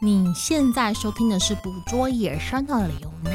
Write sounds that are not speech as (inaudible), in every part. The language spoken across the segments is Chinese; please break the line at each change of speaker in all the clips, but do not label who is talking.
你现在收听的是《捕捉野生的哎刘娜》。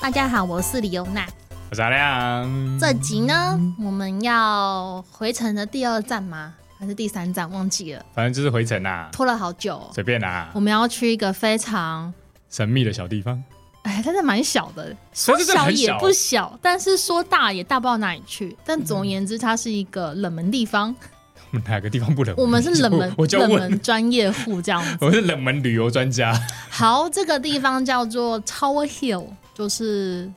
大家好，我是刘娜。
我是阿亮，
这集呢，
嗯
我们要回程的第二站吗？还是第三站？忘记了，
反正就是回程啦、
拖了好久哦、
随便啦
我，们要去一个非常……
神秘的小地方，
哎，但是蛮小的，
是
说
真的很
也
小嗯
不小，但是说大也大不到哪里去。但总而言之，它是一个冷门地方。
我们哪个地方不冷门？，
我们是冷门
(laughs) 我就
冷
问，
门专业户
(laughs)
这样子。
我是冷门旅游专家，
好，这个地方叫做 Tower Hill，就是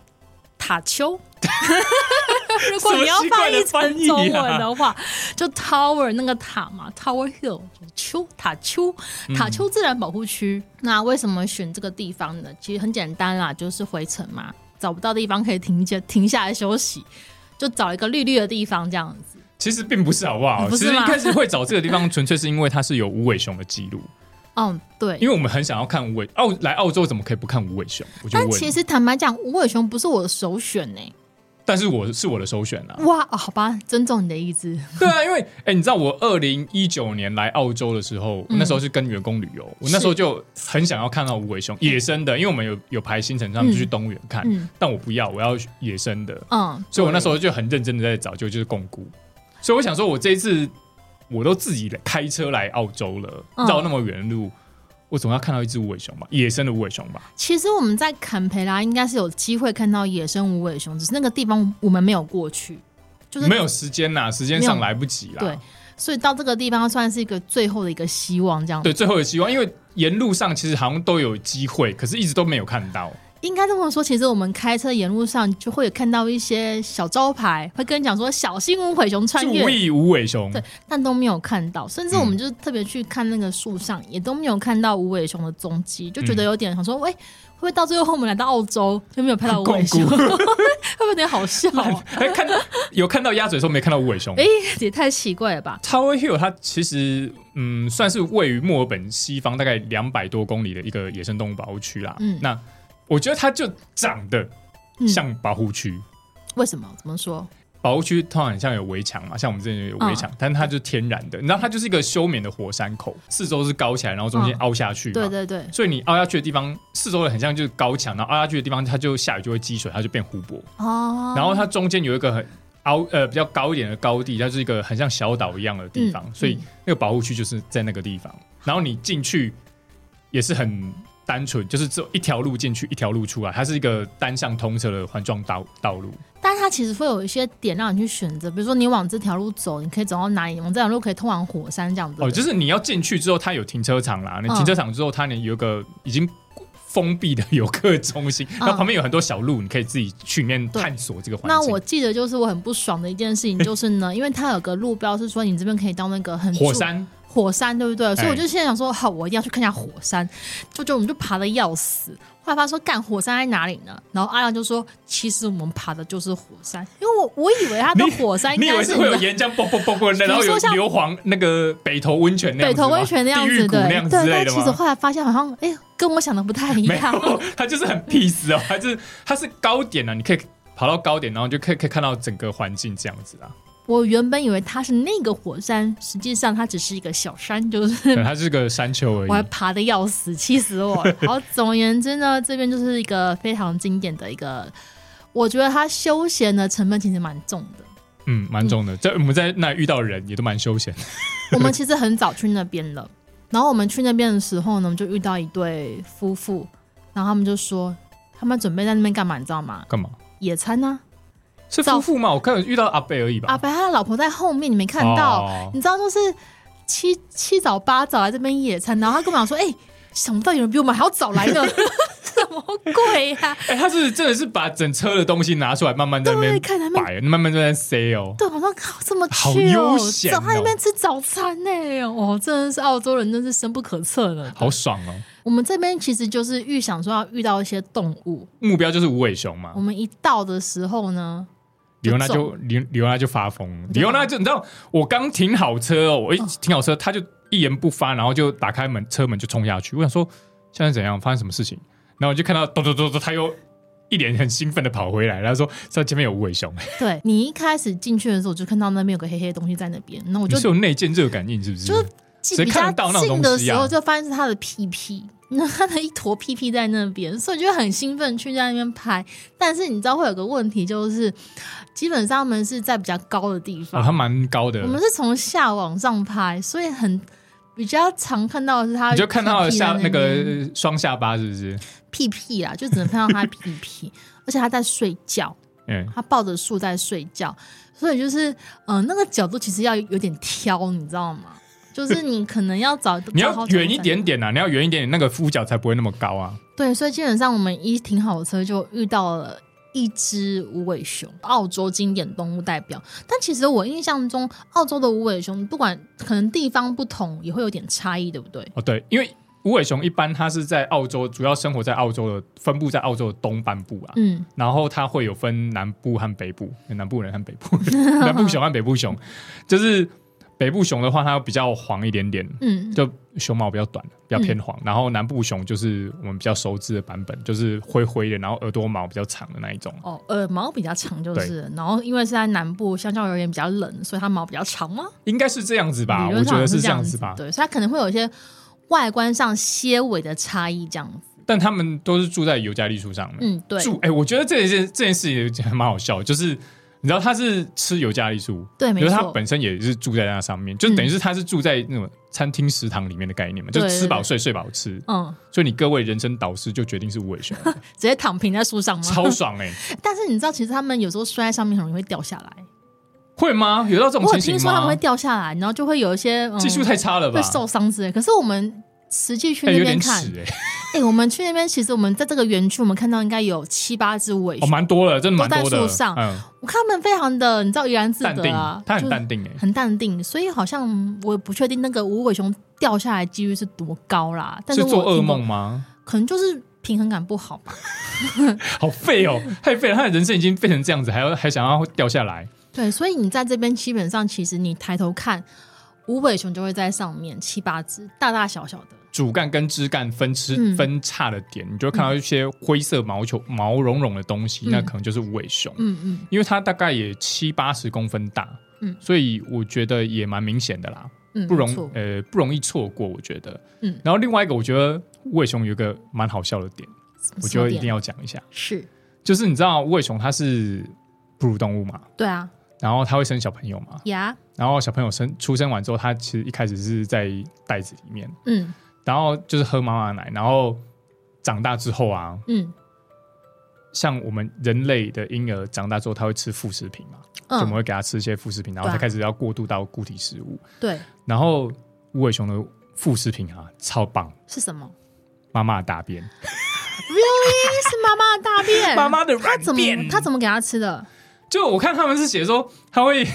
塔
(laughs)
丘。如果你要翻译成中文的
啊
话，就 Tower 那个塔嘛，Tower Hill 就丘塔丘
嗯
塔丘自然保护区。那为什么选这个地方呢？其实很简单啦，就是回程嘛，找不到地方可以停下停下来休息，就找一个绿绿的地方这样子。
其实并不是好不好？
(laughs) 不
其
是
实一
吗
开始会找这个地方，纯粹是因为它是有无尾熊的记录，
嗯，对，
因为我们很想要看无尾澳来澳洲怎么可以不看无尾熊？我就
但
问，
其实坦白讲，无尾熊不是我的首选呢、
但是我是我的首选啦。啊
哇、哦好吧，尊重你的意志。
(laughs) 对啊，因为哎、你知道我二零一九年来澳洲的时候，
嗯
我那时候是跟员工旅游，我那时候就很想要看到无尾熊野生的，因为我们有有排行程，他们就去动物园看，
嗯嗯嗯
但我不要，我要野生的，
嗯，
所以我那时
候
候就很认真的在找，就就是共菇。所以我想说，我这一次我都自己开车来澳洲了，
嗯
绕那么远的路，我总要看到一只无尾熊吧，野生的无尾熊吧。
其实我们在坎培拉应该是有机会看到野生无尾熊，只是那个地方我们没有过去，就是
没有，时间啦，时间上来不及啦。
对所以到这个地方算是一个最后的一个希望，这样
对，最后的希望，因为沿路上其实好像都有机会，可是一直都没有看到。
应该这么说。其实我们开车沿路上就会有看到一些小招牌，会跟你讲说小心无尾熊穿
注
越，
意无尾熊，
对但都没有看到，甚至我们就是特别去看那个树上，也都没有看到无尾熊的踪迹，就
嗯
觉得有点想说，喂、会不会到最后我们来到澳洲就没有拍到无尾熊？(laughs)
共
会不会有点好
(laughs)
笑、啊？
(laughs) 哎，看到有看到鸭嘴兽，没看到无尾熊。
哎、也太奇怪了吧！
Tower Hill 它其实嗯算是位于墨尔本西方大概两百多公里的一个野生动物保护区啦。
嗯
那我觉得它就长得
嗯
像保护区。
为什么？怎么说？
保护区通常很像有围墙嘛，像我们之前有围墙，
嗯
但是它就是天然的，你知道它就是一个休眠的火山口，四周是高起来，然后中间
嗯
凹下去嘛。
对对对，
所以你凹下去的地方，四周的很像就是高墙，然后凹下去的地方，它就下雨就会积水，它就变湖泊。
哦，
然后它中间有一个很凹呃比较高一点的高地，它是一个很像小岛一样的地方，
嗯
所以那个保护区就是在那个地方。然后你进去也是很单纯，就是只有一条路进去，一条路出来，它是一个单向通车的环状道道路。
但是它其实会有一些点让你去选择，比如说你往这条路走，你可以走到哪里？往这条路可以通往火山这样子。
哦，就是你要进去之后，它有停车场啦，你
嗯
停车场之后，它呢有一个已经。封闭的游客中心，然后旁边有很多小路，你可以自己去里面
对
探索这个
嗯
环境。
那我记得就是我很不爽的一件事情就是
(laughs)
呢，因为它有个路标是说你这边可以到那个很
火
著
山哎
火山对不对？所以我就现在想说，好，我一定要去看一下火山。就就我们就爬的要死，后来发现说，干火山在哪里呢？然后阿亮就说，其实我们爬的就是火山，因为我我以为它的火啊山应
你以
该
为
是
是
你
会
知
有
道
岩浆啵啵啵啵的，
比
然
如
后
说
有
像
硫磺那个北投温泉那样
北
子吗，
投温泉那样
地
子
狱谷
的，
那样之类
对，
的
但
吗？
其实后来发现好像，哎、跟我想的不太一
没
样。
有，它就是很 peace 哦，它就是它是高点啊，你可以跑到高点，然后就可以可以看到整个环境这样子
(laughs)
啊。
(laughs) 我原本以为它是那个火山，实际上它只是一个小山，就是
对，它是个山丘而
我还
已。
爬的要死，气死我了。好，总而言之呢，这边就是一个非常经典的一个，我觉得它休闲的成分其实蛮重
(laughs)
的。
嗯，蛮重的。在我们在那遇到的人也都蛮休闲的。
我们其实很早去那边了，然后我们去那边的时候呢，我们就遇到一对夫妇，然后他们就说他们准备在那边干嘛，你知道吗？
干嘛？
野餐呢、
是夫妇吗？我看有遇到阿贝而已
阿
吧。
白他的老婆在后面，你没啊看到？
啊哦
你知道，就是七七早八早来这边野餐，然后他跟我讲说：“哎、想不到有人比我们还要早来
(laughs)
呢，什么鬼啊呀、
哎、他是真的是把整车的东西拿出来，慢慢在那
对，
边
看他们，
摆，慢慢在那边塞哦。
对，我说靠，这么
好
去哦
悠，闲
早
哦
他那边吃早餐呢、哦，真的是澳洲人，真是深不可测呢。
好爽哦！
我们这边其实就是预想说要遇到一些动物，
目标就是无尾熊嘛
我。们一到的时候呢，
李欧娜
就
就李李欧娜就发疯了，
对啊
李欧娜就你知道，我刚停好车哦，我一停好车，他就一言不发，然后就打开门车门就冲下去。我想说现在怎样，发生什么事情？然后我就看到咚咚咚咚，他又一脸很兴奋的跑回来，然后说他前面有无尾熊，
对你一开始进去的时候，我就看到那边有个黑黑的东西在那边，那我
你
就是
有内建热感应是不是？哦
就
谁
近比
看
较
得到那种
近
东
的
西
时
啊
候，就发现是他的屁屁，那他的一坨屁屁在那边， (laughs) 所以就很兴奋去在那边拍。但是你知道会有个问题，就是基本上他们是在比较高的地
啊，
方，
它蛮高的
我，们是从下往上拍，所以很比较常看到的是他
你就看到
屁屁在
下那
边
个双下巴是不是？
屁屁啦，就只能看到他的屁
(laughs)
屁，而且他在睡觉。
嗯，
他抱着树在睡觉，所以就是嗯、呃那个角度其实要有点挑，你知道吗？就是你可能要找
你
找好
要
角度
远一点点啊，你要远一点点，那个俯角才不会那么高啊。
才对，所以基本上我们一停好车就遇到了。一只无尾熊，澳洲经典动物代表。但其实我印象中，澳洲的无尾熊，不管可能地方不同，也会有点差异，对不对？
哦，对，因为无尾熊一般它是在澳洲，主要生活在澳洲的，分布在澳洲的东半部啊。
嗯，
然后它会有分南部和北部，南部人和北部 (laughs) 人，南部熊和北部熊，就是北部熊的话，它比较黄一点点，
嗯，
就熊毛比较短，比较偏黄。然后南部熊就是我们比较熟知的版本，就是灰灰的，然后耳朵毛比较长的那一种。
哦，耳毛比较长就是了，然后因为是在南部，相较而言比较冷，所以它毛比较长吗？
应该是这样子吧？
理
我
论上
觉得
是
这
样
子吧。
对，所以它可能会有一些外观上些微的差异，这样子。
但他们都是住在尤加利树上的。
嗯，对，
住哎、我觉得这件这件事情还蛮好笑的，就是你知道他是吃尤加利树，
对，
比
没
如他
错，嗯
本身也是住在那上面，就等于是他是住在那种餐厅食堂里面的概念嘛，就
对
吃饱睡，睡饱吃。
嗯，
所以你各位人生导师就决定是无尾
(laughs)
熊，
直接躺平在树上吗？
超爽哎、
(laughs) 但是你知道，其实他们有时候摔在上面很容易会掉下来。
会吗？有到这种
我有
情
听
形
说他们会？
吗
掉下来，然后就会有一些、嗯、
技术太差了吧
会？受伤之类。可是我们实际去
哎
那
有
边
点
看，
屎哎、
哎、我们去那边，其实我们在这个园区，我们看到应该有七八只尾
哦，
熊。
蛮多了，真的蛮多
都在
的。
树上
嗯，
我看他们非常的，你知道怡然自
淡
得
定
啊，，
他很
就
淡定哎、
很淡定，所以好像我也不确定那个无尾熊掉下来几率是多高啦。 (laughs) 但
是
我
做
有
噩
听过
梦，吗？
可能就是平衡感不好吧。
好废哦，太废了！他的人生已经废成这样子，还要还想要掉下来，
对，所以你在这边基本上，其实你抬头看，无尾熊就会在上面七八只，大大小小的。
主干跟枝干分吃、
嗯
分叉的点，你就会看到一些灰色毛球、毛茸茸的东西，
嗯
那可能就是无尾熊，
嗯嗯，
因为它大概也七八十公分大，
嗯
所以我觉得也蛮明显的啦，
嗯，
不容
没错
呃不容易错过，我觉得。
嗯
然后另外一个，我觉得无尾熊有一个蛮好笑的点，我觉得一定要讲一下，
是，
就是你知道无尾熊它是哺乳动物嘛，
对啊，
然后它会生小朋友嘛，
牙，
然后小朋友生出生完之后，它其实一开始是在袋子里面。
嗯
然后就是喝妈妈的奶，然后长大之后啊，
嗯
像我们人类的婴儿长大之后，他会吃副食品嘛，就我们
嗯，
会给他吃一些副食品，然后
对啊
才开始要过渡到固体食物。
对，
然后无尾熊的副食品啊，超棒，
是什么？
妈妈的大便，
这哎是妈 (laughs) 妈的大便，
妈妈的
哎他
软
怎么
便。
他怎么给他吃的？
就我看他们是写说，他会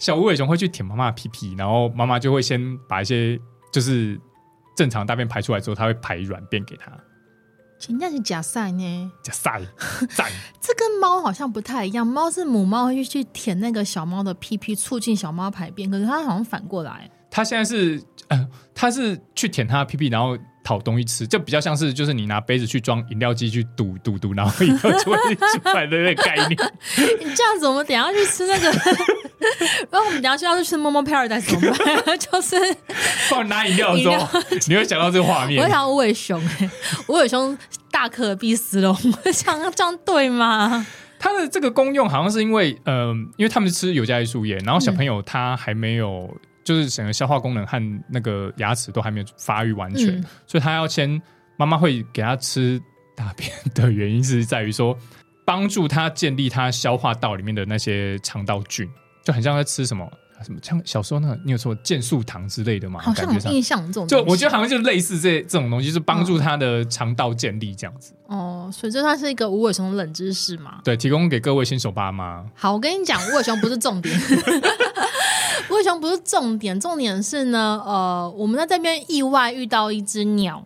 小无尾熊会去舔妈妈的屁屁，然后妈妈就会先把一些就是正常大便排出来之后，他会排软便给他，
人家是假赛呢，
加塞
(laughs)
塞。
这跟猫好像不太一样。猫是母猫会去舔那个小猫的屁屁，促进小猫排便，可是它好像反过来，
他现在是呃，他是去舔他的屁屁，然后讨东西吃，就比较像是就是你拿杯子去装饮料机去堵堵堵，然后饮料就会 (laughs) 出来的那个概念。 (laughs)
你这样子，我们等一下去吃那 (laughs) 个，然后我们等一下去要去吃 Momo Paradise 怎么 (laughs) 办？就是
放拿饮料的时
饮料
候，你会想到这个画
我 (laughs)
面。
想无尾熊、欸，无尾熊大可必死了，我想这样对吗？
它的这个功用好像是因为呃，因为他们是吃有加利树叶，然后
嗯
小朋友他还没有。就是整个消化功能和那个牙齿都还没有发育完全，
嗯
所以他要先妈妈会给他吃大便的原因是在于说，帮助他建立他消化道里面的那些肠道菌，就很像在吃什么啊什么，像小时候那个你有说健素糖之类的嘛，
好
感
像
觉
有
上
印嗯象有这种东西，
就我觉得好像就类似这这种东西，就是帮助他的肠道建立这样子。
哦，所以这算是一个无尾熊的冷知识嘛？
对，提供给各位新手爸妈。
好，我跟你讲，无尾熊不是重点。 (laughs) 无尾熊不是重点，重点是呢，呃，我们在这边意外遇到一只鸟，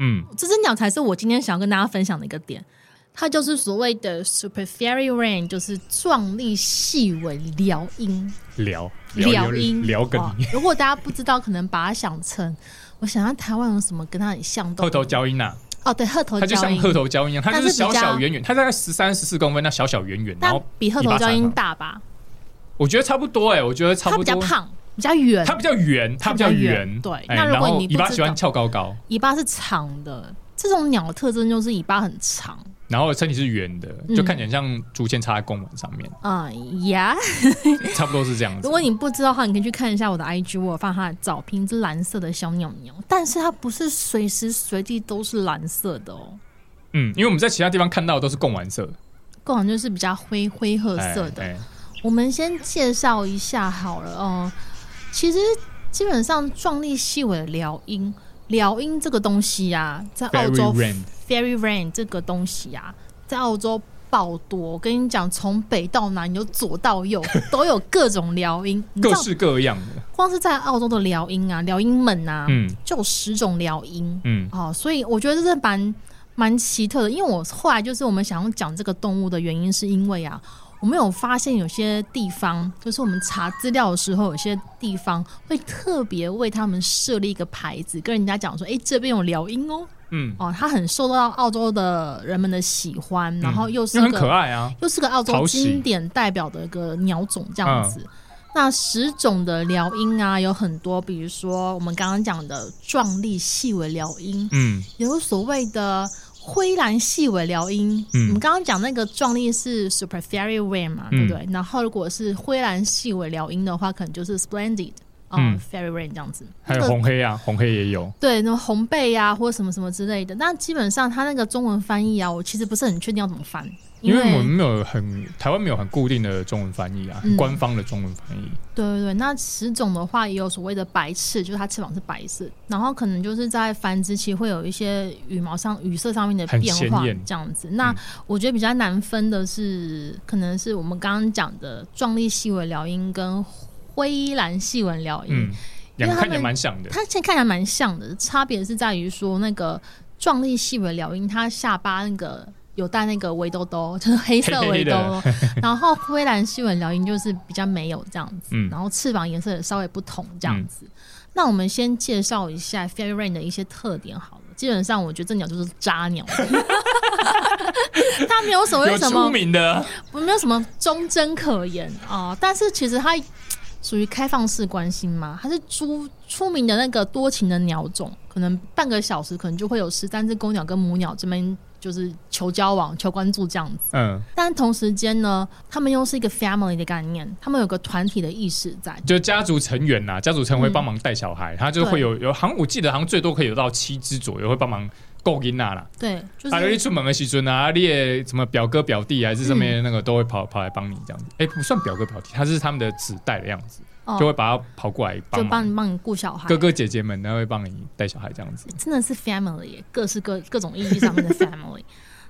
嗯，
这只鸟才是我今天想要跟大家分享的一个点，它就是所谓的 super fairy rain，就是壮丽细尾鹩鹰。
聊
鹩鹰，
聊梗，
哇哦如果大家不知道，可能把它想成，我想到台湾有什么跟它很像的
偷偷交音呐、啊，
哦，对，鹤头
它就
交
像
音，
鹤头鲛一样，它就
但是
是
比较
小小圆圆，它大概十三十四公分，那小小圆圆，然
但
后
比鹤头交
尾巴
音
长
大吧？
我觉得差不多哎、我觉得差
它
不
比较。
多
胖，比较圆，
它比较圆，它比较圆，
对
哎
那如
然
果
后
你不
尾巴
知
喜欢
道
翘高高，
尾巴是长的。这种鸟的特征就是尾巴很长。
然后身体是圆的，
嗯
就看起来像竹签插在公文上面，
嗯呀，
差不多是这样子。
如果你不知道的话，你可以去看一下我的 IG，我有放它的照片，一只蓝色的小鸟鸟，但是它不是随时随地都是蓝色的哦，
嗯，因为我们在其他地方看到的都是贡丸色，
更好像就是比较灰灰褐色的。
哎哎
我们先介绍一下好了，嗯，其实基本上壮丽细尾的辽鹰，辽鹰这个东西啊，在澳
Fairy
洲
rain
fairy rain 这个东西啊，在澳洲爆多。我跟你讲，从北到南，由左到
(laughs)
右都有各种辽鹰，你知
各
道，
式各样的，
光是在澳洲的辽鹰啊，辽鹰们啊，
嗯
就有十种辽鹰。
嗯，
哦，所以我觉得这是蛮蛮奇特的，因为我后来就是我们想要讲这个动物的原因，是因为啊，我们有发现有些地方，就是我们查资料的时候，有些地方会特别为他们设立一个牌子，跟人家讲说，诶，这边有辽鹰哦，
嗯，
哦，它很受到澳洲的人们的喜欢，然后又是
嗯因为很可
个、
爱啊，
又是个澳洲
讨喜
经典代表的一个鸟种这样子。那十种的辽鹰啊，有很多，比如说我们刚刚讲的壮丽细尾辽鹰，
嗯，
有所谓的灰蓝细尾辽鹰。
嗯
我们刚刚讲那个壮丽是 Super Fairy w a y 嘛，对
嗯
不对？然后如果是灰蓝细尾辽鹰的话，可能就是 Splendid 哦、
嗯
Fairy w a y 这样子。
还有
那个
红黑啊，红黑也有，
对，那么红背呀、或者什么什么之类的。那基本上它那个中文翻译啊，我其实不是很确定要怎么翻，
因为
为
我们没有很台湾没有很固定的中文翻译啊，
嗯
官方的中文翻译，
对对对，那十种的话也有所谓的白翅，就是它翅膀是白色，然后可能就是在繁殖期会有一些羽毛上羽色上面的
很
变
鲜
化
艳
这样子。那
嗯
我觉得比较难分的是，可能是我们刚刚讲的壮丽细尾辽鹰跟灰蓝细尾辽鹰，
嗯，
因为
两个
他
看起来
们
蛮像的，
它现在看起来蛮像的，差别是在于说那个壮丽细尾辽鹰，它下巴那个有带那个围兜兜，就是黑色围
(laughs)
兜兜，然后灰蓝细尾辽鹰就是比较没有这样子，
嗯
然后翅膀颜色也稍微不同这样子。那我们先介绍一下 fairy rain 的一些特点好了。基本上，我觉得这鸟就是渣
(laughs)
鸟，它没有所谓
有
什
出
么，
名的，
没有什么忠贞可言啊、但是其实它属于开放式关心嘛，它是出出名的那个多情的鸟种，可能半个小时可能就会有十三只公鸟跟母鸟这边就是求交往、求关注这样子。
嗯，
但同时间呢，他们又是一个 family 的概念，他们有个团体的意识在。
就家族成员呐、家族成
嗯
员会帮忙带小孩，他就会有有，好像我记得好像最多可以有到七只左右会帮忙够囡娜啦。
对，就是、
啊，你出门的时阵啊，你的什么表哥表弟还是什么那个都会跑、跑来帮你这样子。哎、不算表哥表弟，他是他们的子代的样子，
嗯哦
就会把他跑过来
就
帮忙。
帮你帮你顾小孩，
哥哥姐姐们呢会帮你带小孩这样子。
真的是 family，耶各式各各种意义上面的 family。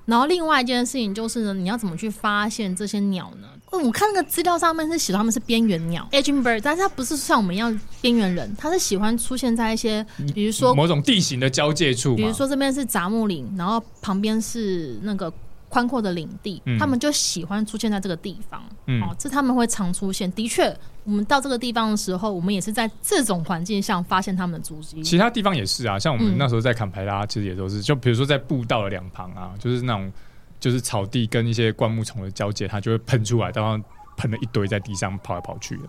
然 (laughs) 后另外一件事情就是呢，你要怎么去发现这些鸟呢？哦我看那个资料上面是写到它们是边缘鸟 （aging bird），但是它不是像我们一样边缘人，它是喜欢出现在一些，
嗯
比如说，
某种地形的交界处嘛，
比如说这边是杂木林，然后旁边是那个宽阔的领地，
嗯
它们就喜欢出现在这个地方。
嗯
哦，这他们会常出现。的确，我们到这个地方的时候，我们也是在这种环境下发现它们的足迹。
其他地方也是啊，像我们
嗯
那时候在坎培拉，其实也都是，就比如说在步道的两旁啊，就是那种就是草地跟一些灌木丛的交界，它就会喷出来，然后喷了一堆在地上跑来跑去的。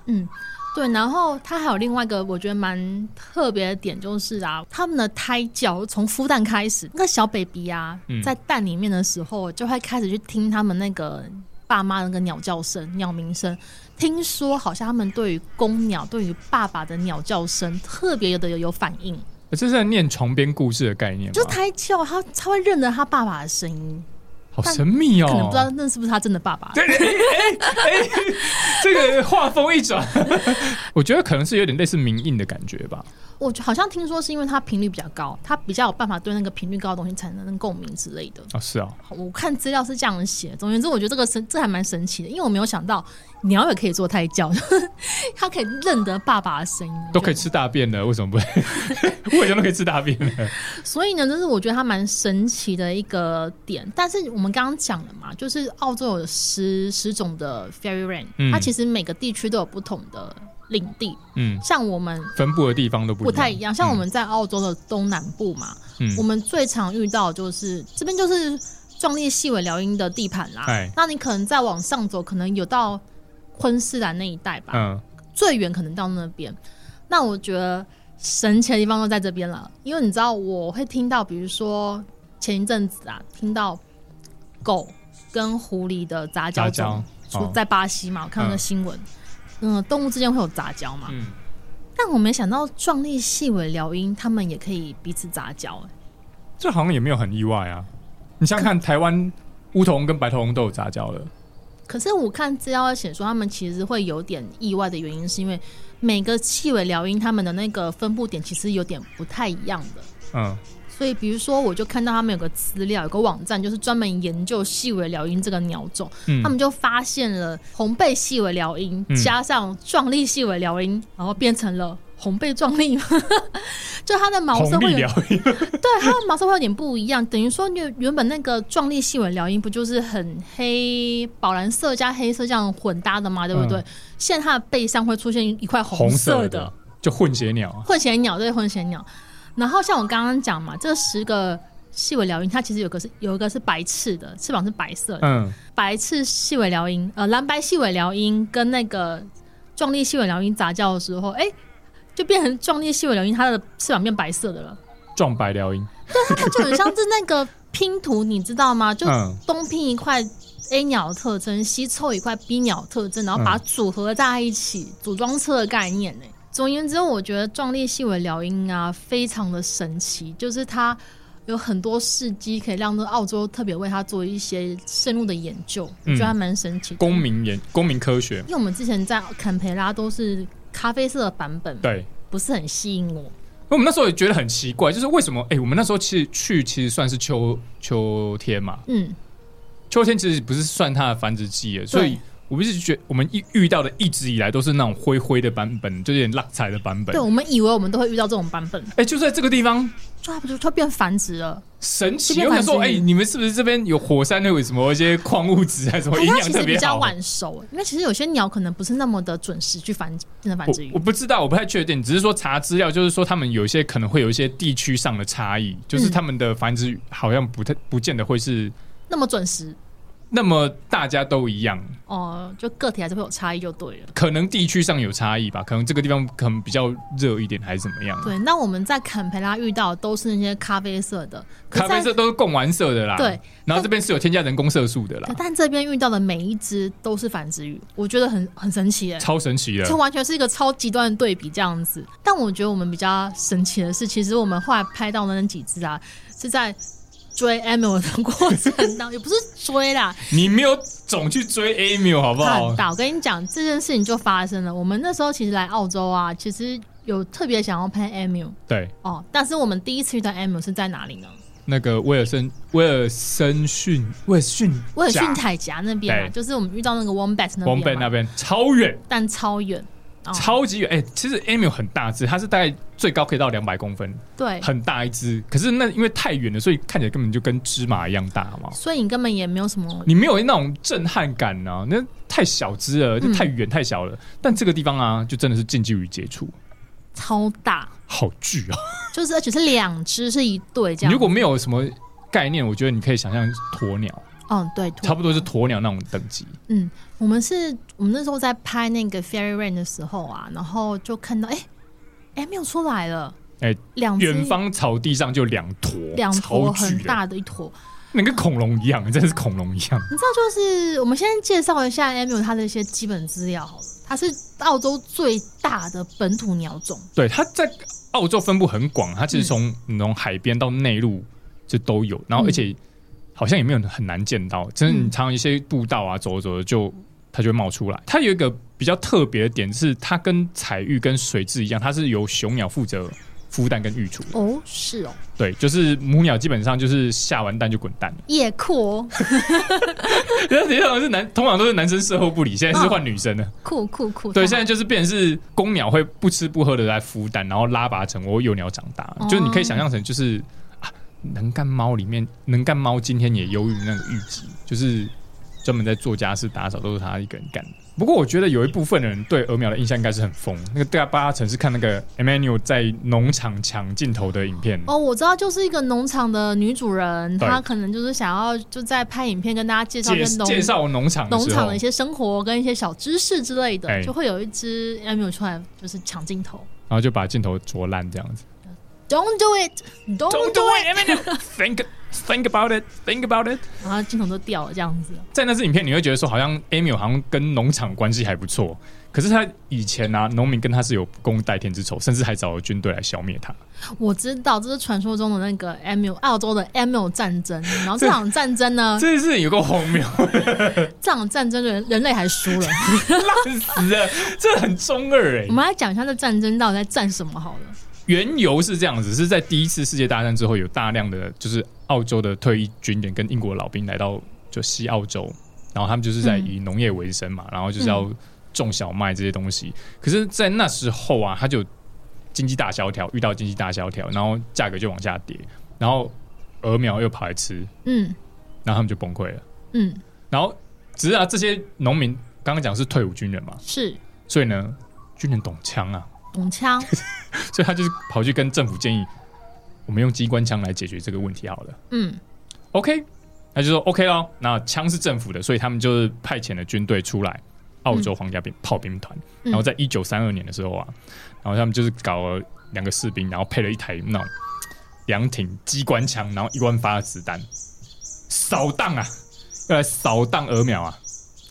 对，然后它还有另外一个我觉得蛮特别的点，就是啊，它们的胎教从孵蛋开始，那个小 baby 啊，
嗯
在蛋里面的时候就会开始去听他们那个爸妈那个鸟叫声、鸟鸣声。听说好像他们对于公鸟、对于爸爸的鸟叫声特别的有有反应，
呃这是在念床边故事的概念
就是
吗？
胎教，他他会认得他爸爸的声音，
好神秘哦，
可能不知道那是不是他真的爸爸。
这个画风一转， (laughs) 我觉得可能是有点类似冥印的感觉吧。
我就好像听说是因为他频率比较高，他比较有办法对那个频率高的东西产生共鸣之类的。
哦，是哦，
我看资料是这样写，总而言之，我觉得这个神这还蛮神奇的，因为我没有想到鸟也可以做胎教， (laughs) 它可以认得爸爸的声音，
都可以
就。
吃大便的，为什么不？ (laughs) 我好像都可以吃大便的。
所以呢，这是我觉得它蛮神奇的一个点。但是我们刚刚讲了嘛，就是澳洲有十十种的 fairy rain，、
嗯
它其实每个地区都有不同的领地，
嗯，
像我们
分布的地方都不
不太
一
一样，像我们在澳洲的东南部嘛，
嗯
我们最常遇到的就是这边就是壮烈细尾辽鹰的地盘啦
哎。
那你可能再往上走，可能有到昆士兰那一带吧，
嗯，
最远可能到那边。那我觉得神奇的地方都在这边了，因为你知道我会听到，比如说前一阵子啊，听到狗跟狐狸的杂交
杂
种
交，
出
哦
在巴西嘛，我看到那
嗯
新闻，嗯、动物之间会有杂交嘛，
嗯，
但我没想到壮丽细尾辽鹰，它们也可以彼此杂交、欸
这好像也没有很意外啊。你想想看，台湾乌头龙跟白头龙都有杂交了，
可是我看资料写说，它们其实会有点意外的原因，是因为每个细尾辽鹰它们的那个分布点其实有点不太一样的。
嗯，
所以，比如说，我就看到他们有个资料，有个网站，就是专门研究细尾辽鹰这个鸟种，
嗯
他们就发现了红背细尾辽鹰、
嗯
加上壮丽细尾辽鹰，然后变成了红背壮丽， (laughs) 就它的毛色
红
会
利
有
疗愈，
对，它的毛色会有点不一样，等于说原原本那个壮丽细尾辽鹰不就是很黑宝蓝色加黑色这样混搭的嘛，对不对？
嗯
现在它的背上会出现一块红
红
色
色
的
的就混血鸟啊，
混血鸟，对混血鸟。然后像我刚刚讲嘛，这十个细尾辽鹰，它其实有个是有一个是白翅的，翅膀是白色的，
嗯
白翅细尾辽鹰，呃，蓝白细尾辽鹰跟那个壮丽细尾辽鹰杂交的时候，哎、就变成壮丽细尾辽鹰，它的翅膀变白色的了。
撞白辽鹰，
它就很像是那个拼图，你知道吗？就
嗯
东拼一块 A 鸟的特征，西凑一块 B 鸟的特征，然
嗯
后把它组合在一起，组装车的概念呢、总而言之，我觉得壮烈细尾辽鹰啊，非常的神奇，就是它有很多事迹可以让这澳洲特别为它做一些深入的研究，我觉得还蛮神奇的。
嗯公民研公民科学，
因为我们之前在坎培拉都是咖啡色的版本，
对。
不是很吸引我。
我们那时候也觉得很奇怪，就是为什么？哎、我们那时候其实去其实算是秋秋天嘛，
嗯，
秋天其实不是算它的繁殖季了，所以我们一直觉我们一遇到的一直以来都是那种灰灰的版本，就有点烂彩的版本
对，。我们以为我们都会遇到这种版本，
哎、就在这个地方
就它不就它变繁殖了。
神
这
奇，
边
我想
繁殖
说，哎、你们是不是这边有火山那有什么一些矿物质还是什么
可是
哦营
它
养
其
特
实比
别
较
好？
晚熟，因为其实有些鸟可能不是那么的准时去繁真的繁
我
殖鱼
我。不知道，我不太确定，只是说查资料，就是说他们有一些可能会有一些地区上的差异，
嗯
就是他们的繁殖好像不太不见得会是
那么准时
那么大家都一样。
哦、就个体还是会有差异就对了。
可能地区上有差异吧，可能这个地方可能比较热一点，还是怎么样？
对，那我们在坎培拉遇到的都是那些咖啡色的，可
咖
在
啡色都是贡丸色的啦，
对。
然后这边是有添加人工色素的
可
啦，
但这边遇到的每一只都是繁殖鱼，我觉得很很神奇哎、
超啊神奇的
这。完全是一个超极端的对比这样子。但我觉得我们比较神奇的是，其实我们后来拍到的那几只啊，是在追 Emil 的过程当，也不是追啦，
你没有总去追 Emil 好不
看
好？
到，我跟你讲，这件事情就发生了。我们那时候其实来澳洲啊，其实有特别想要拍 Emu
对，
哦，但是我们第一次遇到 Emu 是在哪里呢？
那个威尔森威尔森逊威尔逊
威尔逊
甲
海峡那边啊，
对
就是我们遇到那个 Wombat 那
王
边
贝
嘛
那边超远，
但超远。哦、
超级远。哎、其实 Emil 很大只，它是大概最高可以到两百公分，
对，
很大一只。可是那因为太远了，所以看起来根本就跟芝麻一样大嘛。
所以你根本也没有什么
你没有那种震撼感呢、那太小
嗯
只了，就太远太小了。但这个地方啊，就真的是近距离接触，
超大，
好巨啊！
就是而且是两只是一对这样。
你如果没有什么概念，我觉得你可以想象鸵鸟，
嗯对，兔
差不多是鸵鸟那种等级。
嗯，我们是我们那时候在拍那个 Fairy Rain 的时候啊，然后就看到哎 Emu 出来了，
哎
两只
远方草地上就两坨，
两坨
超巨啊
很
的，
大的一坨。
那跟恐龙一样，真的是恐龙一样。
你知道，就是我们先介绍一下 Emu 它的一些基本资料好了。它是澳洲最大的本土鸟种，
对，它在澳洲分布很广，它其实从那种海边到内陆就都有，然后
嗯
而且好像也没有很难见到，真
嗯
的你常常一些步道啊走着走着就它就会冒出来。它有一个比较特别的点是，它跟彩玉跟水蛭一样，它是由雄鸟负责孵蛋跟育雏的。
哦，是哦，
对，就是母鸟基本上就是下完蛋就滚蛋 (laughs) 了，
夜酷哦，
然后通常是男，通常都是男生事后不理，现在是换女生了。
酷酷酷，
对，
太
现
好
在就是变成是公鸟会不吃不喝的来孵蛋，然后拉拔成我幼鸟长大。
哦
就是你可以想象成就是啊，能干猫里面能干猫今天也优于那个玉吉，就是专门在做家事打扫都是他一个人干的。不过我觉得有一部分人对鹅苗的印象应该是很疯，那个大八成是看那个 Emmanuel 在农场抢镜头的影片。
哦，我知道，就是一个农场的女主人，
对
她可能就是想要就在拍影片跟大家介绍
介
跟农
介绍农场的
农
时
场
候
的一，些生活跟一些小知识之类的，
哎
就会有一只 e m 出来就是抢镜头。
然后就把镜头啄烂这样子。
Don't do it, don't,
Don't do
do it，
it, Emmanuel. Think, think about it, think about it.
然后镜头都掉了这样子。
在那支影片，你会觉得说，好像 Emil 好像跟农场关系还不错，可是他以前啊，农民跟他是有不共戴天之仇，甚至还找了军队来消灭他。
我知道这是传说中的那个 e m 澳洲的 e m 战争。然后这场战争呢，
(laughs) 这件事情有够荒谬，
这场战争人人类还输
(laughs)
了。
烂死了，这很中二哎、
我们来讲一下这战争到底在战什么好了。
缘由是这样子，是在第一次世界大战之后，有大量的就是澳洲的退役军人跟英国老兵来到就西澳洲，然后他们就是在以农业为生嘛，然后就是要种小麦这些东西。可是，在那时候啊，他就经济大萧条，遇到经济大萧条，然后价格就往下跌，然后鹅苗又跑来吃，
嗯
然后他们就崩溃了。
嗯，
然后只是啊，这些农民刚刚讲是退伍军人嘛，
是
所以呢，军人懂枪啊，
懂
(laughs)
枪。
所以他就是跑去跟政府建议，我们用机关枪来解决这个问题好了。
嗯
OK，他就说 OK 咯，那枪是政府的，所以他们就是派遣了军队出来，澳洲皇家兵、炮兵团。
嗯
然后在一九三二年的时候啊，然后他们就是搞了两个士兵，然后配了一台那种凉挺机关枪，然后一万发的子弹，扫荡啊，要来扫荡鹅苗啊，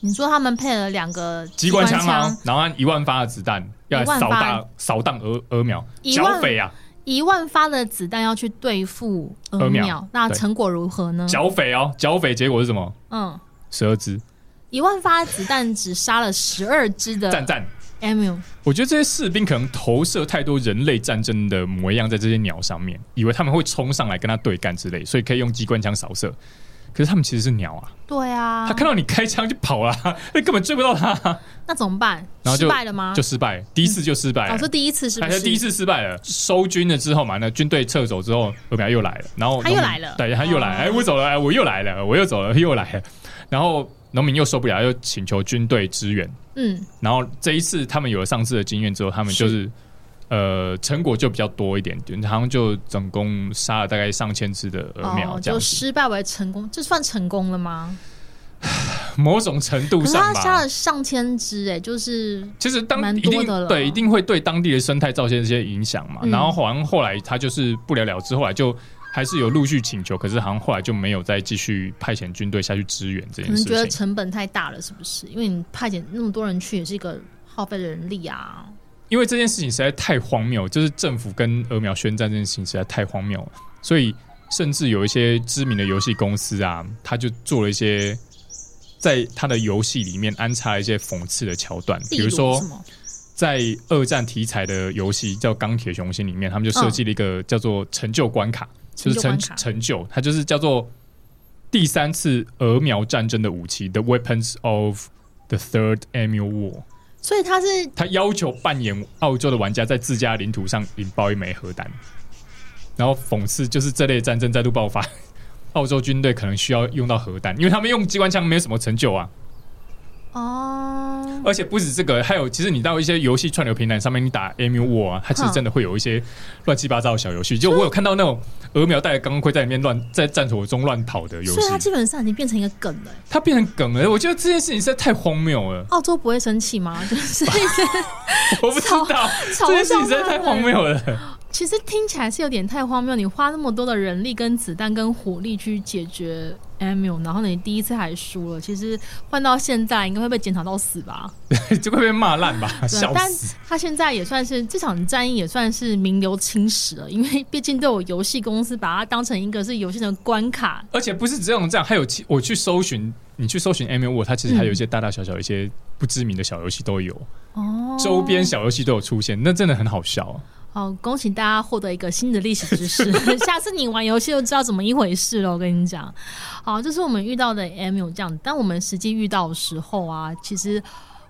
你说他们配了两个
机关枪啊，然后按一万发的子弹要来
一万
扫
发
荡扫荡鹅鹅苗，
一万
剿匪啊，
一万发的子弹要去对付
鹅
鹅
苗
苗，那
对
成果如何呢？
剿匪哦，剿匪结果是什么？
嗯，
十二只，
一万发子弹只杀了十二只
赞
的
赞。
Emil，
我觉得这些士兵可能投射太多人类战争的模样在这些鸟上面，以为他们会冲上来跟他对干之类，所以可以用机关枪扫射。可是他们其实是鸟啊，
对啊，
他看到你开枪就跑了，那 (laughs) 根本追不到他，
那怎么办？
然后就
失败了吗？
就失败，第一次就失败了。
哦，是第一次是
哎
不
他
是？
第一次失败了，收军了之后嘛，那军队撤走之后，俄苗又来了，然后
他又
农民
来了
对，他又来
哦
了，哎、我走了，哎，我又来了，我又走了， (laughs) 又来了，然后农民又受不了，又请求军队支援，
嗯，
然后这一次他们有了上次的经验之后，他们就是呃成果就比较多一点，点，好像就总共杀了大概上千只的鹅苗
哦，
这样
就
子，
失败为成功，这算成功了吗？
(laughs) 某种程度
可是他
上
杀
吧。
了上千只，哎，就是
其实当
蛮
一
多
定
的了
对一定会对当地的生态造成一些影响嘛，
嗯
然后好像后来他就是不了了之，后来就还是有陆续请求，可是好像后来就没有再继续派遣军队下去支援这
可
件
能
事
觉得
情。
成本太大了，是不是？因为你派遣那么多人去，也是一个耗费的人力啊。
因为这件事情实在太荒谬，就是政府跟鹅苗宣战这件事情实在太荒谬了，所以甚至有一些知名的游戏公司啊，他就做了一些在他的游戏里面安插一些讽刺的桥段，比
例
如说
什么？
在二战题材的游戏叫《钢铁雄心》里面，他们就设计了一个叫做成就关卡，就
嗯
是
成
成
就关卡
成就，它就是叫做第三次鹅苗战争的武器，The Weapons of the Third Annual War。
所以他是
他要求扮演澳洲的玩家在自家领土上引爆一枚核弹，然后讽刺就是这类战争再度爆发，澳洲军队可能需要用到核弹，因为他们用机关枪没有什么成就啊。
哦，
而且不止这个，还有其实你到一些游戏串流平台上面，你打 M U War 啊，它其实真的会有一些乱七八糟的小游戏。就我有看到那种鹅苗带着钢盔在里面乱在战火中乱跑的游
所以他
戏，
基本上已经变成一个梗了欸。
它变成梗了。我觉得这件事情实在太荒谬 (laughs) 了，
澳洲不会生气吗？ (laughs)
(laughs)
就是一些
我不知
嘲
道
嘲
这件事情
笑
实在
他
太
们
荒谬了。
其实听起来是有点太荒谬，你花那么多的人力、跟子弹、跟火力去解决 Emil，然后你第一次还输了，其实换到现在应该会被检讨到死吧？
(laughs) 就会被骂烂吧，
对啊
笑，
但
死！
他现在也算是这场战役也算是名留青史了，因为毕竟都有游戏公司把它当成一个是游戏的关卡。
而且不是只有这样，还有其我去搜寻，你去搜寻 M U，它其实还有一些大大小小一些不知名的小游戏都有，
嗯哦，
周边小游戏都有出现，那真的很好笑、啊。
好，恭喜大家获得一个新的历史知识。下次你玩游戏就知道怎么一回事了。我跟你讲，好，这是我们遇到的 M 有这样，但我们实际遇到的时候啊，其实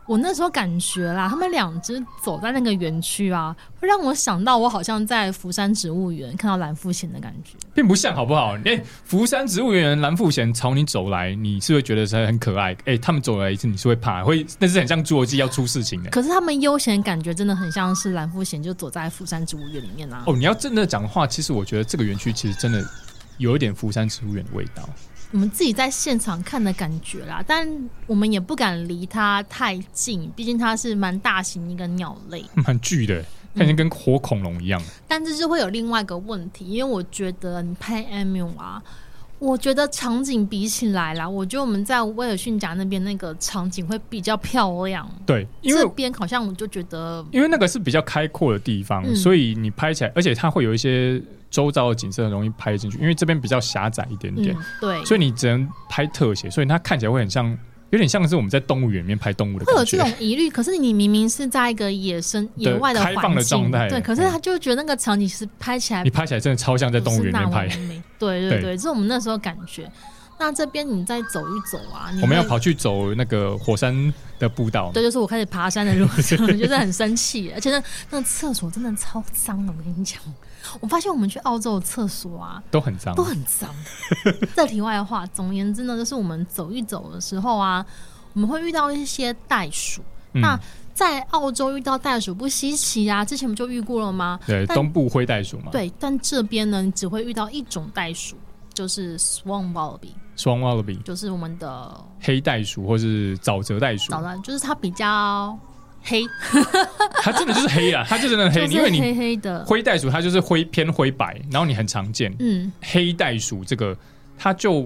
我那时候感觉啦，他们两只走在那个园区啊，会让我想到我好像在福山植物园看到蓝腹鹇的感觉。
并不像好不好？哎、福山植物园蓝富贤朝你走来，你是会觉得是很可爱。哎、他们走来一次，你是会怕，会但是很像侏罗纪要出事
(laughs)
情的。
可是他们悠闲感觉真的很像是蓝腹鹇就走在福山植物园里面啊。
哦，你要真的讲的话，其实我觉得这个园区其实真的有一点福山植物园的味道。 (laughs)
我们自己在现场看的感觉啦，但我们也不敢离它太近，毕竟它是蛮大型一个鸟类。
蛮巨的，它已经跟活恐龙一样。
但这就会有另外一个问题，因为我觉得你拍 MU 啊，我觉得场景比起来啦，我觉得我们在威尔逊家那边那个场景会比较漂亮。
对，因为
这边好像我就觉得
因为那个是比较开阔的地方，
嗯
所以你拍起来，而且它会有一些周遭的景色很容易拍进去，因为这边比较狭窄一点
嗯
点，
对，
所以你只能拍特写，所以它看起来会很像，有点像是我们在动物园里面拍动物的
会有
感
这
觉。
种疑虑。可是你明明是在一个野生野外
开放
环
的
境，
状态嗯
对，可是他就觉得那个场景是拍起来
你拍起来真的超像在动物园里面拍
不。是那么完美。对对
对
对，这是我们那时候感觉。那这边你再走一走啊，你
我们要
会
跑去走那个火山的步道，
(laughs) 对，就是我开始爬山的路上，就是很生气，而且那那个厕所真的超脏的。我跟你讲，我发现我们去澳洲的厕所啊
都很脏
都。很脏。 (laughs) 这题外话，总而言之呢，就是我们走一走的时候啊，我们会遇到一些袋鼠。
嗯
那在澳洲遇到袋鼠不稀奇啊，之前不就遇过了吗？
对，
但
东部灰袋鼠嘛，
对，但这边呢，你只会遇到一种袋鼠，就是 swan wallaby，
双 wallaby、
就是我们的
黑袋鼠或是沼泽袋鼠
找，到，就是它比较
(laughs)
黑，
它真的就是黑啊，它就真的
(laughs)
黑，
就
因
是
为你
黑黑的，
灰袋鼠它就是灰偏灰白，然后你很常见。
嗯。
黑袋鼠这个，它就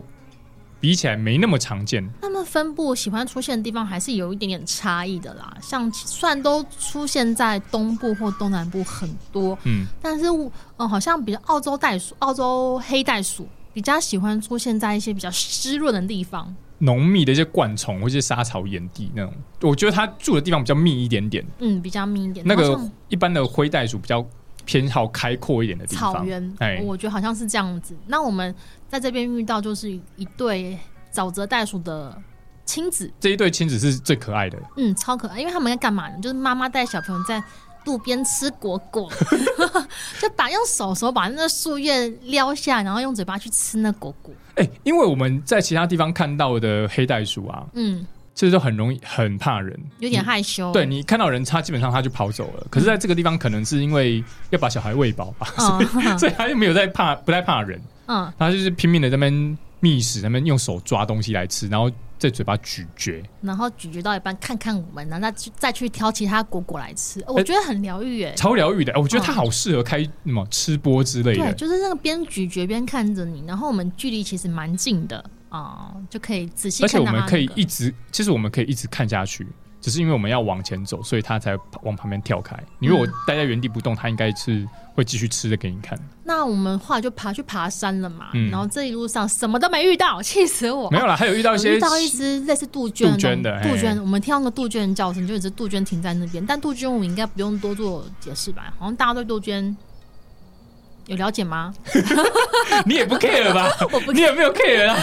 比起来没那么常见。
它们分布喜欢出现的地方还是有一点点差异的啦。像虽然都出现在东部或东南部很多，
嗯，
但是我呃，好像比较澳洲袋鼠、澳洲黑袋鼠比较喜欢出现在一些比较湿润的地方。
浓密的一些灌丛或者沙草掩地那种，我觉得它住的地方比较密一点点。
嗯，比较密一点。
那
好
个
像
一般的灰袋鼠比较偏好开阔一点的地方，
草原，哦
哎，
我觉得好像是这样子。那我们在这边遇到就是一对沼泽袋鼠的亲子，
这一对亲子是最可爱的。
嗯，超可爱，因为他们在干嘛呢？就是妈妈带小朋友在路边吃果果， (laughs) 就把用手手把那个树叶撩下，然后用嘴巴去吃那果果。
哎、因为我们在其他地方看到的黑袋鼠啊，
嗯，
其实都很容易很怕人，
有点害羞。
嗯对，你看到人，它基本上它就跑走了。可是，在这个地方，可能是因为要把小孩喂饱吧，
(laughs) 嗯
(laughs) 所以它就没有在怕，不太怕人，
嗯，
它就是拼命的在那边觅食，在那边用手抓东西来吃，然后在嘴巴咀嚼。
然后咀嚼到一半，看看我们，然后再去再去挑其他果果来吃，
哎
哦我觉得很疗愈耶。
超疗愈的、哎我觉得它好适合开什么吃播之类
哦对，
的。
就是那个边咀嚼边看着你，然后我们距离其实蛮近的啊、就可以仔细
而且
看
我
到它那个。
们可以一直，其实我们可以一直看下去，只是因为我们要往前走，所以它才往旁边跳开。你如果待在原地不动，它应该是会继续吃的给你看。
那我们后来就爬去爬山了嘛，
嗯
然后这一路上什么都没遇到， (laughs) 气死我！
没有啦，还有遇到
哦
一
我
些
遇到一只类似杜鹃
杜鹃的
那
嘿
种杜鹃，我们听到那个杜鹃的叫声，就有一只杜鹃停在那边。但杜鹃我们应该不用多做解释吧？好像大家对杜鹃有了解吗？
你
(laughs)
也不 care 吧？
我不
你也没有 care
(laughs)
啦。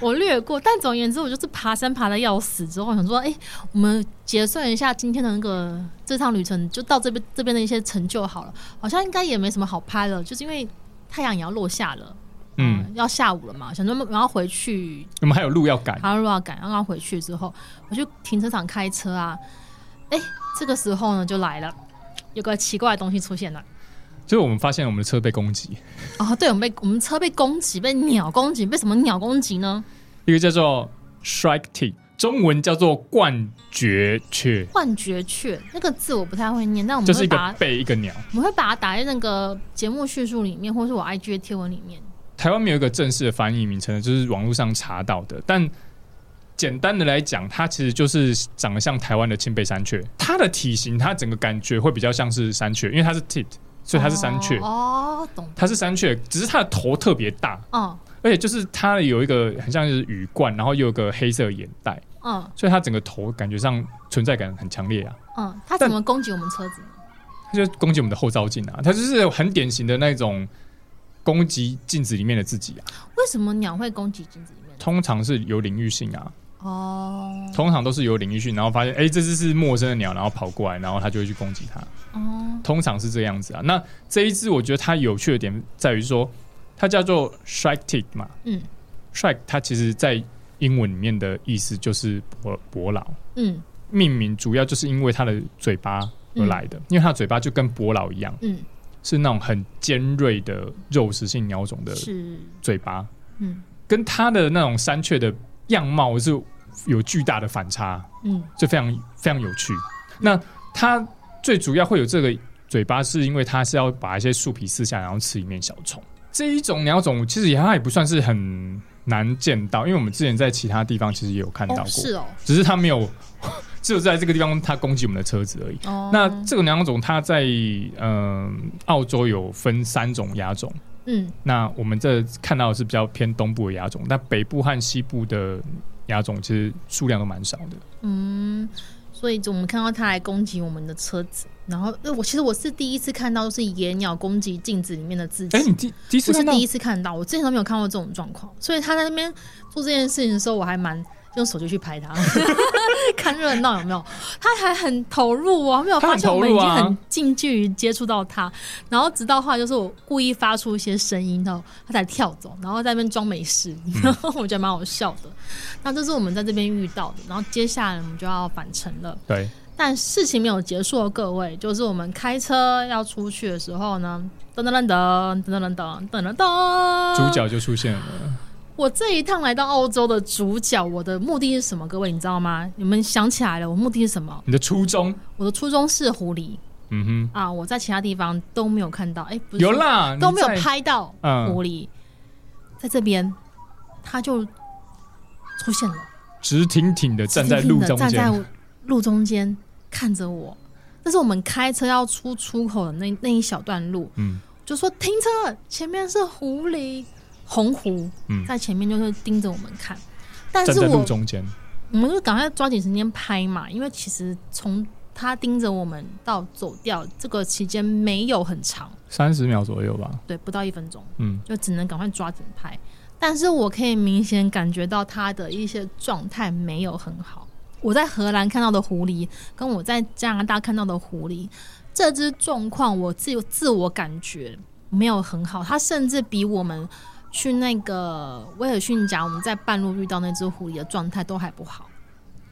我略过。但总而言之，我就是爬山爬的要死之后，我想说，哎、我们结算一下今天的那个这趟旅程，就到这边这边的一些成就好了。好像应该也没什么好拍了，就是因为太阳也要落下了，嗯
嗯，，
要下午了嘛，想说我们要回去
我们还有路要赶。
他又要赶，刚刚回去之后，我去停车场开车啊，哎、这个时候呢就来了，有个奇怪的东西出现了。
就是我们发现我们的车被攻击，
哦，对，我们被我们车被攻击，被鸟攻击，被什么鸟攻击呢？
一个叫做 Shrike T，中文叫做冠绝雀，
幻觉雀那个字我不太会念，但我
就
们
是
嗯会
一
把
个
它，
背一个鸟。
我们会把它打在那个节目叙述里面，或是我 IG 的贴文里面。
台湾没有一个正式的翻译名称，就是网络上查到的。但简单的来讲，它其实就是长得像台湾的青背山雀，它的体型，它整个感觉会比较像是山雀，因为它是 tit，所以它是山雀。
哦，哦懂。
它是山雀，只是它的头特别大，
嗯
而且就是它有一个很像是羽冠，然后又有个黑色眼袋，
嗯
所以它整个头感觉上存在感很强烈啊。
嗯，它怎么攻击我们车子？
它就攻击我们的后照镜啊，它就是很典型的那种攻击镜子里面的自己啊。
为什么鸟会攻击镜子里面？
通常是有领域性啊，
哦，
通常都是有领域训，然后发现哎、这只是陌生的鸟，然后跑过来，然后它就会去攻击它。
哦，
通常是这样子啊。那这一只我觉得它有趣的点在于说，它叫做 shrike tick 嘛，
嗯
，shrike 它其实在英文里面的意思就是伯伯劳，
嗯
命名主要就是因为它的嘴巴而来的，因为它的嘴巴就跟伯劳一样，
嗯，
是那种很尖锐的肉食性鸟种的
是，
嘴巴，
嗯
跟它的那种山雀的样貌是有巨大的反差，
嗯
这非常非常有趣。那它最主要会有这个嘴巴，是因为它是要把一些树皮撕下来，然后吃里面小虫。这一种鸟种其实也它也不算是很难见到，因为我们之前在其他地方其实也有看到过，
哦，是哦，
只是它没有， (laughs) 只有在这个地方它攻击我们的车子而已。
哦，
那这个鸟种它在嗯、澳洲有分三种亚种。
嗯
那我们这看到的是比较偏东部的亚种，但北部和西部的亚种其实数量都蛮少的。
嗯，所以我们看到它来攻击我们的车子，然后呃我其实我是第一次看到是野鸟攻击镜子里面的自己。
哎、你第第一次
我是
看到
第一次看到，我之前都没有看过这种状况，所以他在那边做这件事情的时候，我还蛮用手机去拍
(laughs)
他，看热闹有没有？他还很投入哦，没有发现我们已经
他很投入
很
啊
近距离接触到他，然后直到后来就是我故意发出一些声音，然后他才跳走，然后在那边装没事，
嗯
然后 (laughs) 我觉得蛮好笑的。那这是我们在这边遇到的，然后接下来我们就要返程了。
对，
但事情没有结束哦，各位，就是我们开车要出去的时候呢，噔噔噔噔噔噔噔噔噔噔，
主，角就出现
啊
了。
我这一趟来到澳洲的主角，我的目的是什么？各位，你知道吗？你们想起来了，我目的是什么？
你的初衷，
我的初衷是狐狸
嗯
啊，我在其他地方都没有看到，哎、不是
哼，有啦，
都没有
你在，
拍到
嗯，
狐狸，在这边它就出现了。
直挺挺的站在路中
站在
间，
路中间看着我。但是我们开车要出出口的那那一小段路，
嗯
就说停车，前面是狐狸，红狐
嗯，
在前面就是盯着我们看。但
站
是
在
我
路中间，
我们就赶快抓紧时间拍嘛，因为其实从他盯着我们到走掉这个期间没有很长，
三十秒左右吧，
对，不到一分钟。
嗯，
就只能赶快抓紧拍。但是我可以明显感觉到它的一些状态没有很好。我在荷兰看到的狐狸，跟我在加拿大看到的狐狸，这只状况我自自我感觉没有很好。它甚至比我们去那个威尔逊峡，我们在半路遇到那只狐狸的状态都还不好。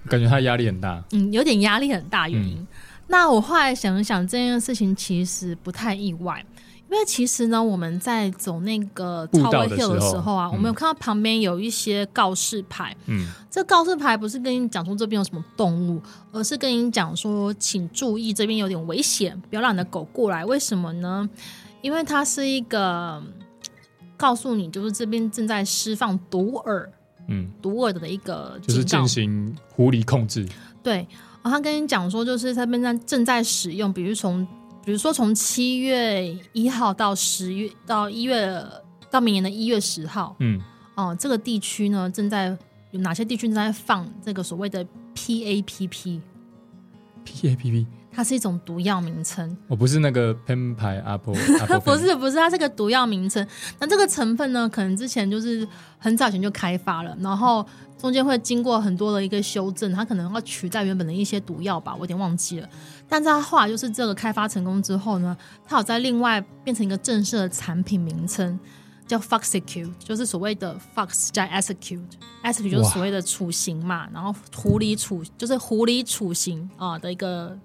感觉他压力很大，
嗯，有点压力很大原因。那我后来想一想，这件事情其实不太意外，因为其实呢，我们在走那个
步
Tower
道的
Hill 的
时候
时候啊，
嗯
我们有看到旁边有一些告示牌，
嗯，
这告示牌不是跟你讲说这边有什么动物，而是跟你讲说，请注意这边有点危险，不要让你的狗过来。为什么呢？因为它是一个嗯告诉你，就是这边正在释放毒饵、
嗯，
毒饵的一个警
就是
告。
进行狐狸控制，
对，然后他跟你讲说，就是他们在正在使用，比如从，比如说从七月一号到十月到一月到明年的一月十号，
嗯，
哦、这个地区呢正在有哪些地区正在放这个所谓的 PAPP，
P A P P，
它是一种毒药名称。
我不是那个 Pen 牌 Apple，
(laughs) 它
Apple
不是不是，它是个毒药名称。那这个成分呢，可能之前就是很早以前就开发了，然后中间会经过很多的一个修正，它可能要取代原本的一些毒药吧，我有点忘记了。但是它后来就是这个开发成功之后呢，它有在另外变成一个正式的产品名称。叫 Foxecute，就是所谓的 Fox 加 execute，execute 就是
哇
所谓的处刑嘛，然后狐狸处就是狐狸处刑啊、的一个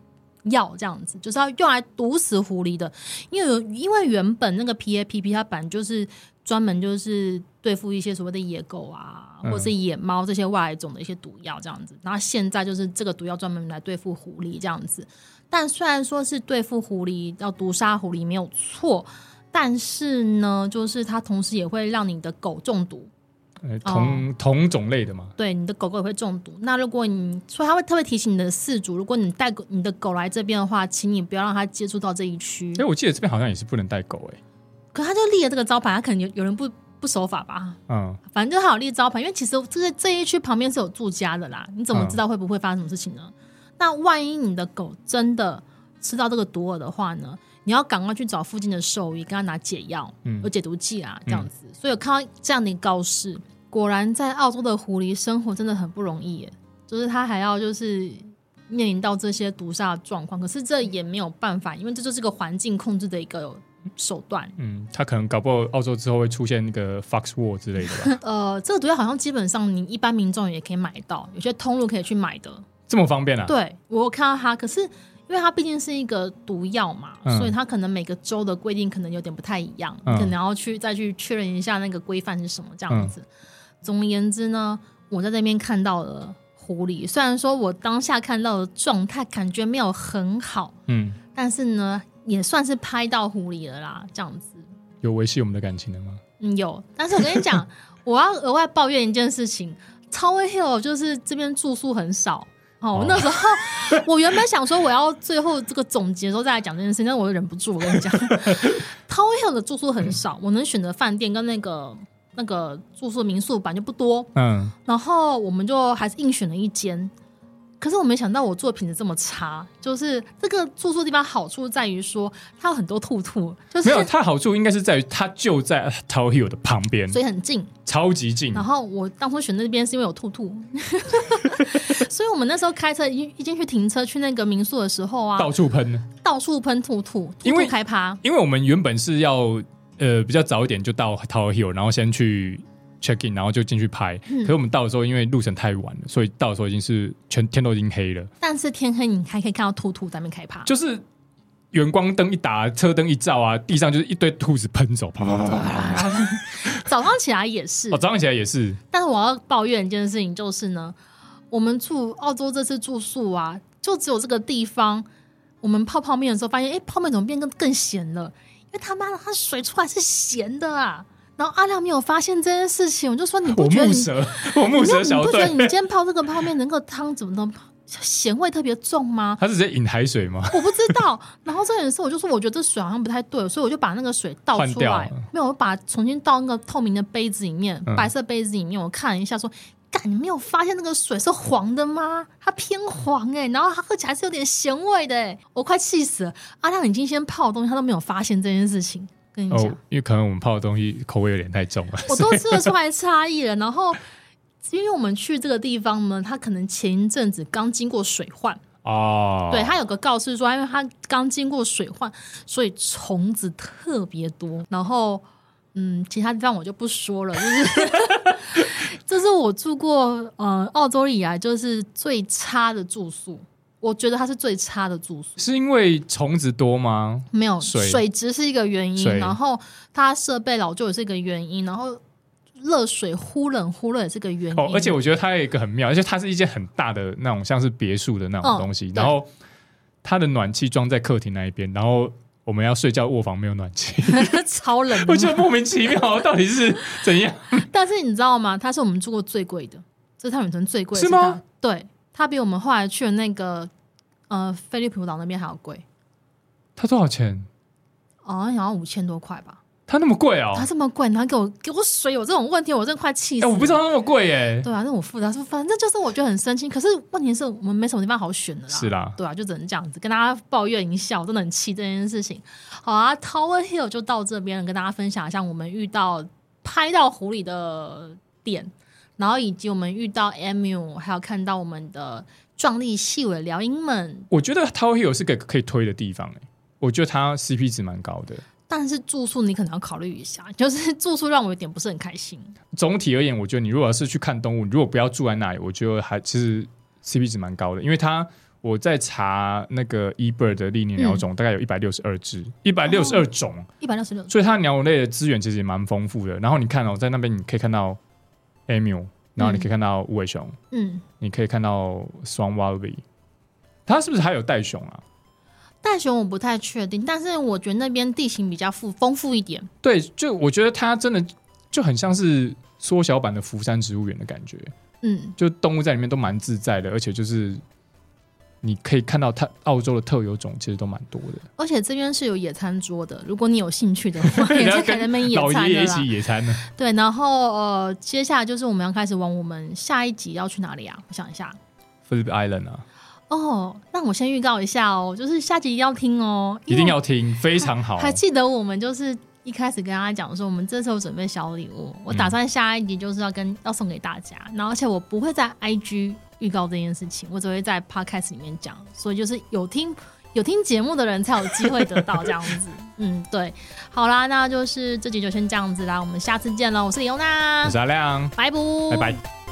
药，这样子就是要用来毒死狐狸的。因为有因为原本那个 PAPP 它本来就是专门就是对付一些所谓的野狗啊，
嗯
或者是野猫这些外来种的一些毒药这样子，然后现在就是这个毒药专门来对付狐狸这样子。但虽然说是对付狐狸要毒杀狐狸没有错，但是呢，就是它同时也会让你的狗中毒。
呃同
哦
同种类的嘛，
对，你的狗狗也会中毒。那如果你所以它会特别提醒你的饲主，如果你带狗你的狗来这边的话，请你不要让它接触到这一区。
哎、我记得这边好像也是不能带狗、哎，
可他就立了这个招牌，他可能有有人不不守法吧，
嗯，
反正就他有立招牌，因为其实这这一区旁边是有住家的啦，你怎么知道会不会发生什么事情呢？那万一你的狗真的吃到这个毒饵的话呢？你要赶快去找附近的兽医，跟他拿解药，
嗯
有解毒剂啊，这样子。所以我看到这样的一个告示，果然在澳洲的狐狸生活真的很不容易耶。就是他还要就是面临到这些毒杀的状况，可是这也没有办法，因为这就是个环境控制的一个手段。
嗯，他可能搞不好澳洲之后会出现那个 Fox War 之
(laughs)
类的吧？
呃，这个毒药好像基本上你一般民众也可以买到，有些通路可以去买的。
这么方便啊？
对我有看到它，可是因为它毕竟是一个毒药嘛，
嗯
所以它可能每个州的规定可能有点不太一样，
嗯
你可能要去再去确认一下那个规范是什么这样子。
嗯
总而言之呢，我在那边看到了狐狸，虽然说我当下看到的状态感觉没有很好，
嗯，
但是呢，也算是拍到狐狸了啦，这样子。
有维系我们的感情的吗？
嗯，有。但是我跟你
(laughs)
讲，我要额外抱怨一件事情，超威 hill 就是这边住宿很少。哦，
哦
我那时候 (laughs) 我原本想说我要最后这个总结的时候再来讲这件事情，但我忍不住，我
(laughs)
跟你讲，超威 hill 的住宿很少，我能选择饭店跟那个那个住宿民宿本来就不多，
嗯，
然后我们就还是硬选了一间。可是我没想到我做的品质这么差，就是这个住宿地方好处在于说它有很多兔兔，就是
没有，它好处应该是在于它就在 Tower Hill 的旁边，
所以很近，
超级近
然。后我当初选那边是因为有兔
(laughs)
兔，所以我们那时候开车一一进去停车去那个民宿的时候啊，
到处喷，
到处喷兔兔，兔
因为
兔开趴，
因为我们原本是要呃比较早一点就到 Tower Hill，然后先去 check in，然后就进去拍。
嗯
可是我们到的时候，因为路程太晚了，所以到的时候已经是全天都已经黑了，
但是天黑你还可以看到兔兔在那边开趴，
就是远光灯一打，车灯一照啊，地上就是一堆兔子喷走，啪啪啪啪啪。
早上起来也是
哦，。早上起来也是，
但是我要抱怨一件事情，就是呢，我们住澳洲这次住宿啊，就只有这个地方，我们泡泡面的时候发现，哎，泡面怎么变更更咸了？因为他妈的，它水出来是咸的啊！然后阿亮没有发现这件事情，我就说你
我
不觉得
木
你
蛇，我木
那
蛇
你
小
不觉得你
队，
今天泡这个泡面，那个汤怎么能咸味特别重吗？
他是直接引海水吗？
我不知道。然后这件事，我就说我觉得这水好像不太对，所以我就把那个水倒
换
出
掉
来，没有，我把它重新倒那个透明的杯子里面，
嗯
白色杯子里面，我看了一下说。干，你没有发现那个水是黄的吗？它偏黄哎、然后它喝起来是有点咸味的哎、我快气死了！阿亮已经先泡的东西，他都没有发现这件事情。跟你
哦
讲，，
因为可能我们泡的东西口味有点太重了，
我都吃得出来差异了。然后，因为我们去这个地方呢，它可能前一阵子刚经过水患，
哦，
对，它有个告示说，因为它刚经过水患，所以虫子特别多。然后，嗯，其他地方我就不说了，就是 (laughs) 这是我住过呃澳洲以来就是最差的住宿，我觉得它是最差的住宿。
是因为虫子多吗？
没有
水
质是一个原因，
水
然后它设备老旧也是一个原因，然后热水忽冷忽热也是个原因。
哦，而且我觉得它有一个很妙，而且它是一间很大的那种像是别墅的那种
嗯
东西，
对
然后它的暖气装在客厅那一边，然后我们要睡觉，卧房没有暖气，
(laughs) 超冷的
我觉得莫名其妙，到底是怎样？
但是你知道吗？它是我们住过最贵的，这是它远程最贵的
是
地方
吗？
对，它比我们后来去的那个呃菲律宾岛那边还要贵，
它多少钱？
哦，好像五千多块吧。
它那么贵哦
它？这么贵，然后给我给我水有这种问题，我真的快气
哎、
死了。
我不知道它那么贵耶。
对啊，那我负担是反正就是我觉得很生气。可是问题是我们没什么地方好选的啦。
是啦，
对啊，就只能这样子跟大家抱怨一下，我真的很气这件事情。好啊，Tower Hill 就到这边了，跟大家分享一下我们遇到拍到狐狸的点，然后以及我们遇到 Emu，还有看到我们的壮丽细尾辽鹰们。
我觉得 Tower Hill 是个可以推的地方哎，我觉得它 CP 值蛮高的。
但是住宿你可能要考虑一下，就是住宿让我有点不是很开心。
总体而言，我觉得你如果是去看动物，你如果不要住在那里，我觉得还其实 CP 值蛮高的，因为它我在查那个 eBird 的历年鸟种，大概有一百六十二只，一百六十二种，
一百六十六，
所以它鸟类的资源其实也蛮丰富的。然后你看哦，在那边你可以看到 emu，然后你可以看到无尾熊，
嗯，
你可以看到双 wallaby，它是不是还有袋熊啊？
大熊我不太确定，但是我觉得那边地形比较富丰富一点。
对，就我觉得它真的就很像是缩小版的福山植物园的感觉。
嗯，
就动物在里面都蛮自在的，而且就是你可以看到它澳洲的特有种其实都蛮多的，
而且这边是有野餐桌的，如果你有兴趣
(laughs)
的话，
你
也是
要
可以
跟
在那边野
老
餐
爷
的
爷一
啦
起。野餐呢。
对，然后呃，接下来就是我们要开始往我们下一集要去哪里啊？我想一下。
Philip Island 啊，
哦，那我先预告一下哦，就是下集一定要听哦，
一
因为
定要听，非常好。
还记得我们就是一开始跟大家讲说，我们这次有准嗯备小礼物，我打算下一集就是要跟要送给大家，然后而且我不会在 IG 预告这件事情，我只会在 podcast 里面讲，所以就是有听有听节目的人才有机会得到这样 (laughs) 子。嗯，对，好啦，那就是这集就先这样子啦，我们下次见喽。我是李优娜
我，是阿亮，
拜拜，
拜拜。